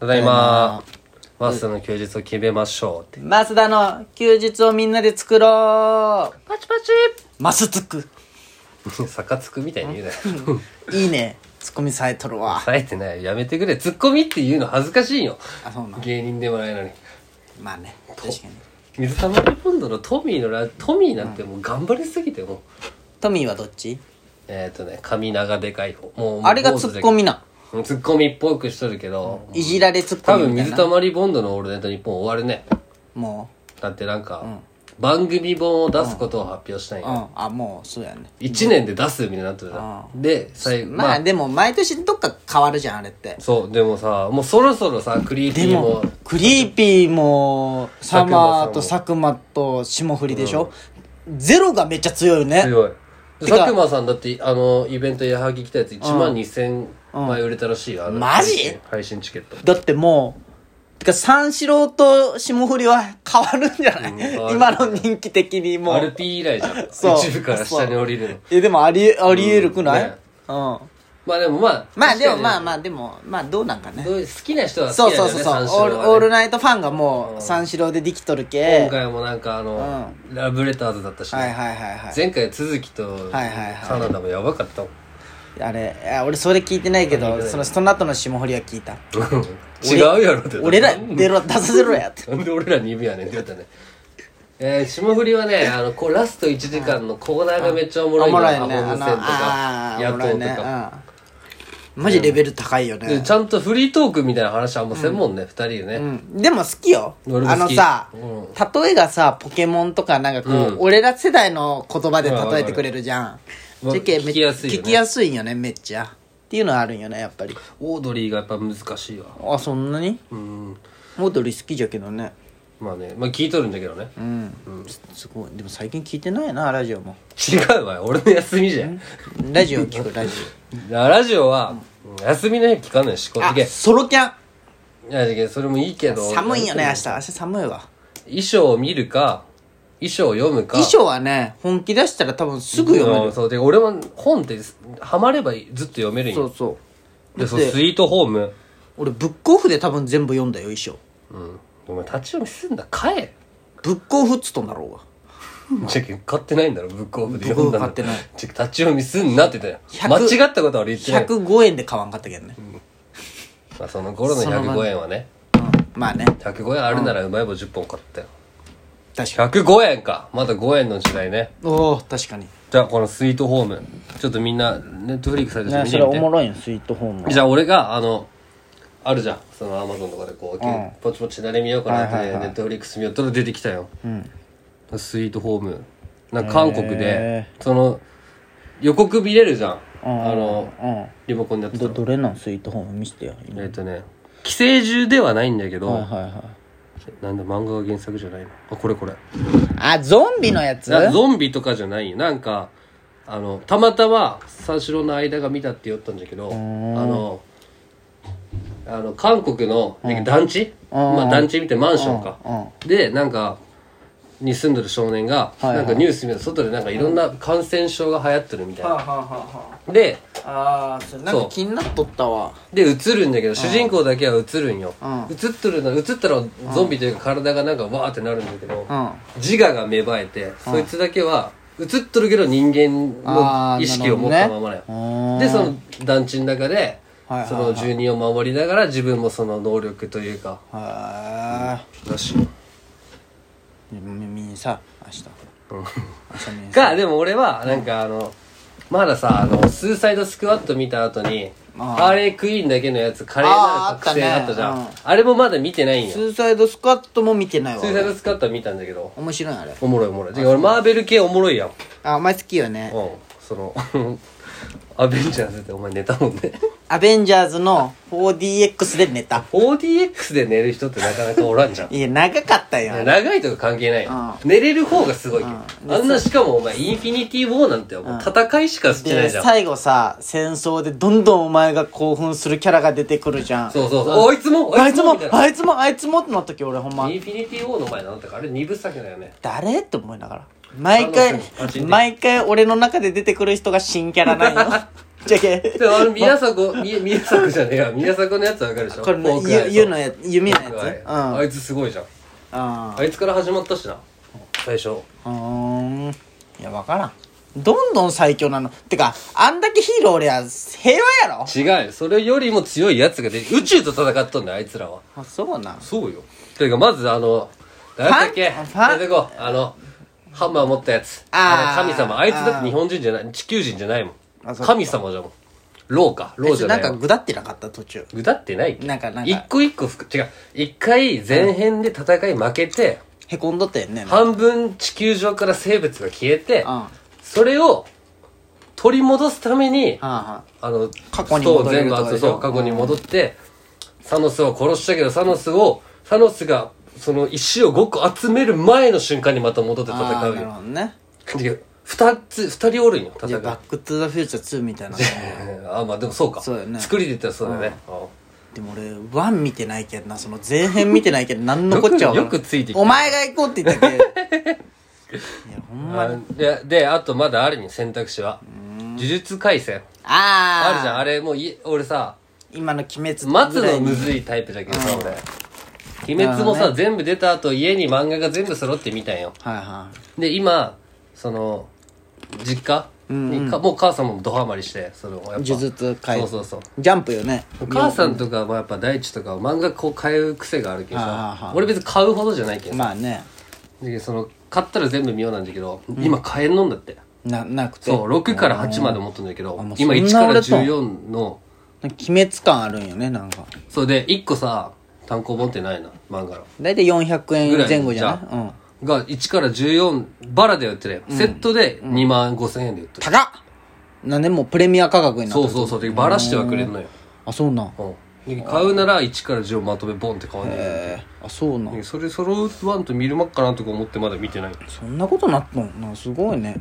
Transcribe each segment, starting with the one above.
ただいまマスターの休日を決めましょうってマスダの休日をみんなで作ろうパチパマスつくチ 逆つくみたいに言うなよいいねツッコミさえとるわ 冴えてないやめてくれツッコミって言うの恥ずかしいよあそうなん芸人でもないのにまあね確かに水溜りボンドのトミーのラトミーなんてもう頑張りすぎてもうトミーはどっちえっ、ー、とね髪長でかい方もうあれがツッコミなうんツッコミっぽくしとるけど、いじられツッ多コミ分みたい水な溜りボンドの「オールナイトニッポン」終わるねもだってなんか、番組本を出すことを発表したんううや、んあもうそうやね一1年で出すみたいになってた、で最後まあ、まあでも毎年どっか変わるじゃんあれってそうでもさもうそろそろさクリーピでーももクリーピーもサ佐久間さんもマーと佐久間と霜降りでしょ、ゼロがめっちゃ強いよね強いてか佐久間さんだってあのイベント矢作来たやつ1万2000枚売れたらしいよ、あのマジ配信配信チケットだってもうてか三四郎と霜降りは変わるんじゃない、うん今の人気的にもう RP 以来じゃんそう一部から下に降りるのえでもありありえるくない、うんねうんまあでもまあまあでもまああまあでもまあどうなんかね好きな人はそ好うきだよそうねそうそう、三四オー郎ルはねオールナイトファンがもう三四郎でできとるけ今回もなんかあの、ラブレターズだったしね、はいはいはいはい前回都築とはいはいはいカナダもやばかったもんあれいや俺それ聞いてないけどそのその後の霜降りは聞いた 違うやろって俺らなん出ろ出させろやってで俺ら2部やねんって言ったねえー、霜降りは ねあのこうラスト1時間のコーナーがめっちゃおもろいのおもろいねアホ温泉とあかの野あーおもろ党いとねか、うんマジレベル高いよでねちゃんとフリートークみたいな話あんませんもんね、2人でね、うんでも好きよ俺もあ好のきさう例えがさポケモンとかなんかこううん俺ら世代の言葉で例えてくれるじゃんうんじゃけ聞きやすいよね聞きやすいんよねめっちゃっていうのはあるんよねやっぱりオードリーがやっぱ難しいわあそんなにうんオードリー好きじゃけどねまあねまあ聞いとるんだけどね、うん、すすごいでも最近聞いてないなラジオも違うわよ俺の休みじゃん、ラジオ聞 くラジラジオは、休みの日聞かないしこオっあちけソロキャンいやじゃけそれもいいけど寒いんよね明日明日寒いわ衣装を見るか衣装を読むか衣装はね本気出したら多分すぐ読めうんるそうで俺も本ってハマればずっと読めるんそようそうでそうだってスイートホーム俺ブックオフで多分全部読んだよ衣装うんお前立ち読みすんだ買えブックオフっつとんだろうがじゃけ買ってないんだろブックオフで読んだブックオフ買ってないい立ち読みすんなって言ったよ間100違ったことは俺言ってない、 105円で買わんかったけどね、まあ、その頃のその場で105円はねうんまあね105円あるならうまい棒10本買ったよ確か105円かまだ5円の時代ねにおお確かにじゃあこのスイートホームちょっとみんなネットフリックスで見てみてろいんスイートホームじゃあ俺があのあるじゃんそのアマゾンとかでこう、うんポチポチ慣れ見ようかなって、はいはいはいネットフリックス見よったら出てきたようんスイートホームなんか韓国でへその予告見れるじゃん、うんあのうんリモコンでやってたのれなんスイートホーム見せてよえっ、とね寄生獣ではないんだけど、はいはいなんだ漫画が原作じゃないのあこれこれあゾンビのやつなゾンビとかじゃないよなんかあのたまたま三四郎の間が見たって言ったんだけどあのあの韓国のなんか団地、まあ、団地みたいなマンションか、でなんかに住んでる少年が、はいはいなんかニュース見ると外でなんかいろんな感染症が流行ってるみたいはあ、な、はあははであ、ああーそれなんそかう気になっとったわで映るんだけど主人公だけは映るんよ、うん映っとるの映ったらゾンビというか体がなんかわーってなるんだけど、うん自我が芽生えて、そいつだけは映っとるけど人間の意識を持ったままだよ、あーなるほどねでその団地の中で、はいはいはいその住人を守りながら自分もその能力というかはらしいいみみにさ明日明日みにがでも俺はなんかあの、まださあのスーサイドスクワット見た後にあーハーレークイーンだけのやつ華麗あーなあっ覚たね醒があったじゃんあ,、うんれもまだ見てないんよススーサイドスクワットも見てないわーサイドスクワットは見たんだけど面白いあれおもろいおもろいてか俺マーベル系おもろいやんあお前好きよねうん、その アベンジャーズってお前寝たもんねアベンジャーズの 4DX で寝た 4DX で寝る人ってなかなかおらんじゃんいや長かったよあれ長いとか関係ないよ、う寝れる方がすごいよ、あんなしかもお前インフィニティ・ウォーなんてもう戦いしかしてなでいじゃん、最後さ戦争でどんどんお前が興奮するキャラが出てくるじゃんそうそうそうあいつもあいつもみたいなあいつもあいつもってなった時俺ほんまインフィニティ・ウォーの前なんだったかあれ二部作だよね誰って思いながら毎回あのあっちに 毎回俺の中で出てくる人が新キャラなんよじゃけで、あの、宮迫、み宮迫じゃねえや。宮迫のやつわかるでしょこれフォのークアイゆとゆのや弓のやつフォークアイうんあいつすごいじゃん。ああいつから始まったしな。最初。あうんいや分からんどんどん最強なのてかあんだけヒーロー俺は平和やろ違うよそれよりも強いやつが出て、宇宙と戦っとんだよ、あいつらは。あそうなんそうよ。ていうか、まずあの、誰だっけファンファン出てこう。あの、ハンマー持ったやつ。あーあの神様。あいつだっあーて日本人じゃない、地球人じゃないもんあ。そう神様じゃもん。ローか。ローじゃなないんわかぐだってなかった途中ぐだってないっけなんかなんか一個一個含、違う。一回前編で戦い負けて、へこんどったよね半分地球上から生物が消えてうん、はそれを取り戻すために、あはああの、過去にスト戻ーンれる全と部かでしょ集めそう、過去に戻って、サノスを殺したけど、サノスを、サノスが、その石を5個集める前の瞬間にまた戻って戦あーうなるよ。ほどねで、二つ、二人おるんよ、戦いやう。バック・トゥ・ザ・フューチャー2みたいなああ、まあでもそうか。そうだよね作りで言ったらそうだよね。うんでも俺ワン見てないけどなその前編見てないけど何のこっちゃわからんよくよくついてきたお前が行こうって言ったけどいやほんまあで、で、あとまだあるに選択肢は。呪術廻戦。ああーるじゃん、あれもうい、俺さ、今の鬼滅待つぐらのいにむずいタイプだけどさ、うん俺。鬼滅もなるほどさ、全部出た後家に漫画が全部揃ってみたんよ。はいはで、今、その、実家にか、もう母さんもドハマりして、その、やっぱ。い呪術回そうそうそう。ジャンプよねお母さんとかもやっぱ大地とか漫画こう買う癖があるけどはあはさあ、俺別に買うほどじゃないけどさ、まあねでその、買ったら全部見ようなんだけど、今買えんのんだって。ななくてそう、6から8まで持ってんだけどもう、今そんな1から俺と14の、鬼滅感あるんよねなんかそれで1個さ、単行本ってないな、漫画の。大体400円ぐらい前後じゃじないうんが1から14バラで売ってる、セットで2万5千円で売ってる、高っなんでもうプレミア価格になったそうそうそうでバラしてはくれんのよ、あそうなんうんで買うなら1から10まとめボンって買わないえーあそうなんでそれ揃うワンと見るまっかなとか思ってまだ見てないそんなことなったのなんすごいね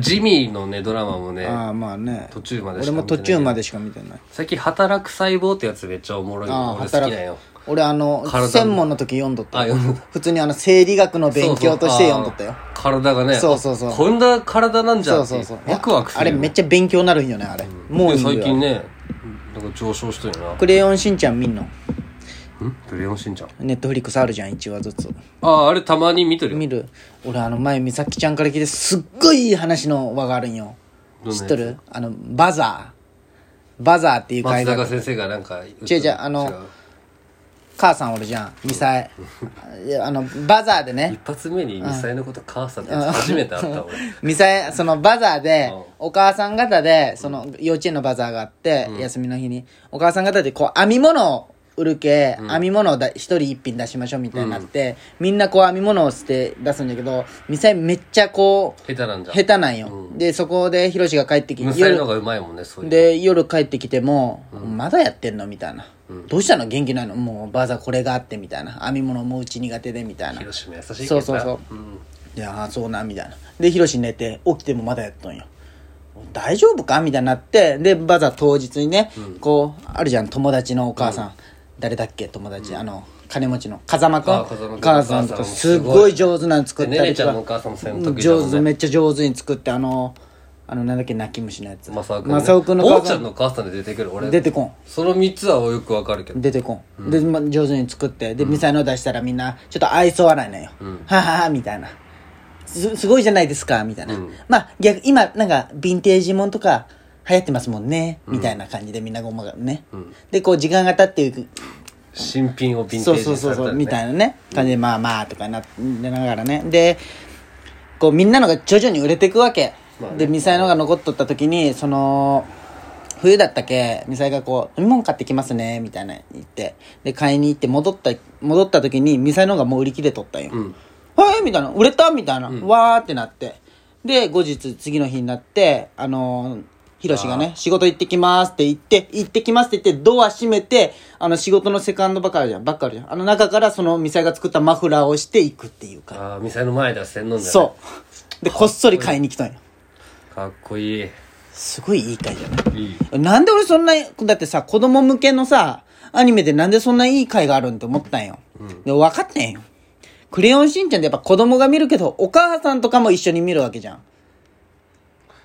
ジミーのねドラマもねああまあね途中までしか見て俺ないも途中までしか見てない最近働く細胞ってやつめっちゃおもろいあのあ俺好き働だよく俺あの体の専門の時読んどったあ読んどった普通にあの生理学の勉強として読んどったそうそうよああ体がねそうそうそうこんな体なんじゃそんうってそうそうワクワクすあるれめっちゃ勉強なるんよねあれもうでいいよ最近ねなんか上昇してるよクレヨンしんちゃん見んのなうんクレヨンしんちゃんネットフリックスあるじゃん1話ずつあああれたまに見てるよ見る俺あの前美咲ちゃんから聞いてすっごいいい話の輪があるんよどんなやつ知っとるあのバザーバザーっていう松会坂が先生がなんか言っ違う違うあの母さんおるじゃん2歳いやあのバザーでね一発目に2歳のこと母さんってやつ初めて会った俺ミサイそのバザーでうんお母さん方でその幼稚園のバザーがあって、休みの日にお母さん方でこう編み物を売るけ、編み物をだ一人一品出しましょうみたいになって、みんなこう編み物をして出すんだけどミサイめっちゃこう下手なんじゃん下手なんよ、でそこでヒロシが帰ってき無て才の方がうまいもんねそういうで夜帰ってきても、まだやってんのみたいな、どうしたの元気ないのもうバザーこれがあってみたいな編み物もううち苦手でみたいな広島優しいけどなそうそうそううんで、ああ、そうな、みたいな。で、ヒロシ寝て、起きてもまだやっとんよ。大丈夫かみたいになって、で、バザー当日にね、こう、あるじゃん、友達のお母さん。誰だっけ友達、あの、金持ちの風間くんあ風間くんお母さんとお母さんもかすすごいごい上手なの作ったでりとかねねちゃんのお母さんもそういうの得意だもんね上手めっちゃ上手に作ってあのあのなんだっけ泣き虫のやつ正雄君正雄君のお母ちさゃんんの母さんで出てくる俺出てこんその3つはよくわかるけど出てこん、で、ま、上手に作ってでミサイの出したらみんなちょっと愛想笑いなんよ、はははみたいなすすごいじゃないですかみたいな、まあ逆今なんかヴィンテージもんとか流行ってますもんね、みたいな感じでみんなごまがね、でこう時間が経っていく新品をヴィンテそーうジそうにさそうれたそうりみねたいなね感じでまあまあとかなながらねでこうみんなのが徐々に売れていくわけ、でミサイのが残っとった時にその冬だったけミサイがこう「飲み物買ってきますね」みたいな言ってで買いに行って戻った戻った時にミサイのがもう売り切れとったんよ、はいみたいな売れたみたいな、わーってなってで後日次の日になってあのーヒロシがね、仕事行ってきますって言って、行ってきますって言って、ドア閉めて、あの、仕事のセカンドばっかりじゃん、ばっかりじゃん。あの中から、その、ミサイが作ったマフラーをしていくっていうか。ああ店の前ではせんのんじゃないそう。で、こっそり買いに来たんよ。かっこいいすごいいい回じゃないいいなんで俺そんな、だってさ、子供向けのさ、アニメでなんでそんないい回があるんって思ったんよ。で、分かってんよ。クレヨンしんちゃんってやっぱ子供が見るけど、お母さんとかも一緒に見るわけじゃん。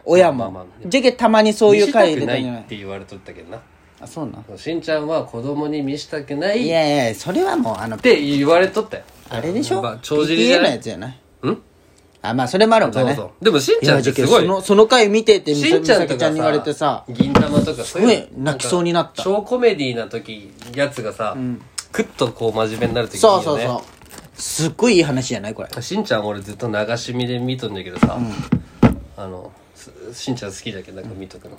親も、まあまあまあじゃけたまにそういう回見せ入れたたんくじゃなないっいて言われとったけどなあそうなんしんちゃんは子供に見したくないいっやいやそれはもうあのて言われとったよあれでしょまあ帳尻じゃ PTA のなやいつじゃないうんあまあそれもあるんかそうねそうでもしんいちゃんやっじてゃすけそごいのその回見ててみしさんちゃんきとちゃかんに言われてささ銀玉とかすごい泣きそうになった小コメディーな時やつがさクッとこう真面目になる時いいよそうねそうそうすっごいいい話じゃないこれしんちゃん俺ずっと流し見で見とんだけどさ、あのすしんちゃん好きじゃけんなんか見とくの、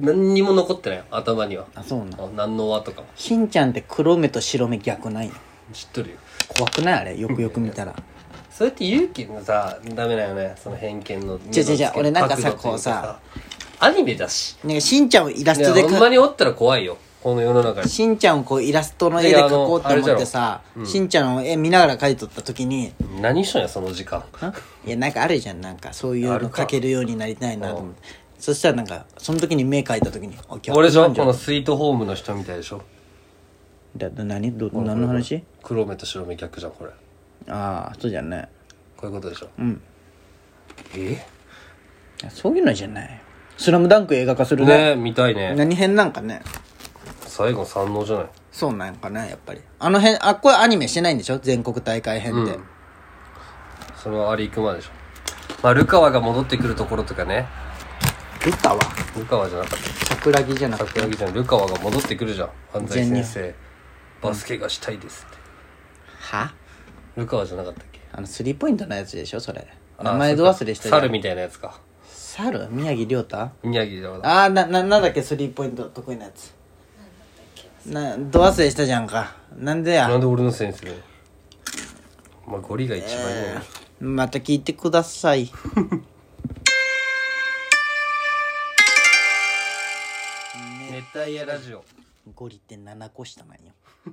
何にも残ってないよ頭にはあそうなんあ何の輪とかもしんちゃんって黒目と白目逆なんや知っとるよ怖くないあれよくよく見たらそうやって勇気のさダメだよねその偏見のじゃじゃじゃ俺なんか角さ度というこうさアニメだしなんかしんちゃんをイラスねトでほんまかにおったら怖いよこの世の中にしんちゃんをこうイラストの絵で描こうって思ってさしんちゃんを絵見ながら描いとった時に何しとんやその時間 いやなんかあるじゃんなんかそういうあるのか描けるようになりたいなと思ってそしたらなんかその時に目描いた時にあ逆俺でしなょんじゃこんのスイートホームの人みたいでしょだだ何ど何の話黒目と白目逆じゃんこれああそうじゃないこういうことでしょうんえそういうのじゃないスラムダンク映画化するねね見たいね何編なんかね最後三能じゃないそうなんかなやっぱりあの辺あこれアニメしてないんでしょ全国大会編って、そのあれ行くまででしょまあルカワが戻ってくるところとかねルカはルカワじゃなかっ桜木じゃなたくて桜木ちゃんルカワが戻ってくるじゃん犯罪先生バスケがしたいですって、はルカワじゃなかったっけあのスリーポイントのやつでしょそれあ名前ど忘れしたそっか猿みたいなやつか猿宮城亮太宮城じゃなかっああなななんだっけスリーポイント得意なやつなど忘れしたじゃんかなんでたなやんで俺のせいにするのまあゴリが一番いいね、また聞いてください熱帯夜ラジオゴリって7個下なんよ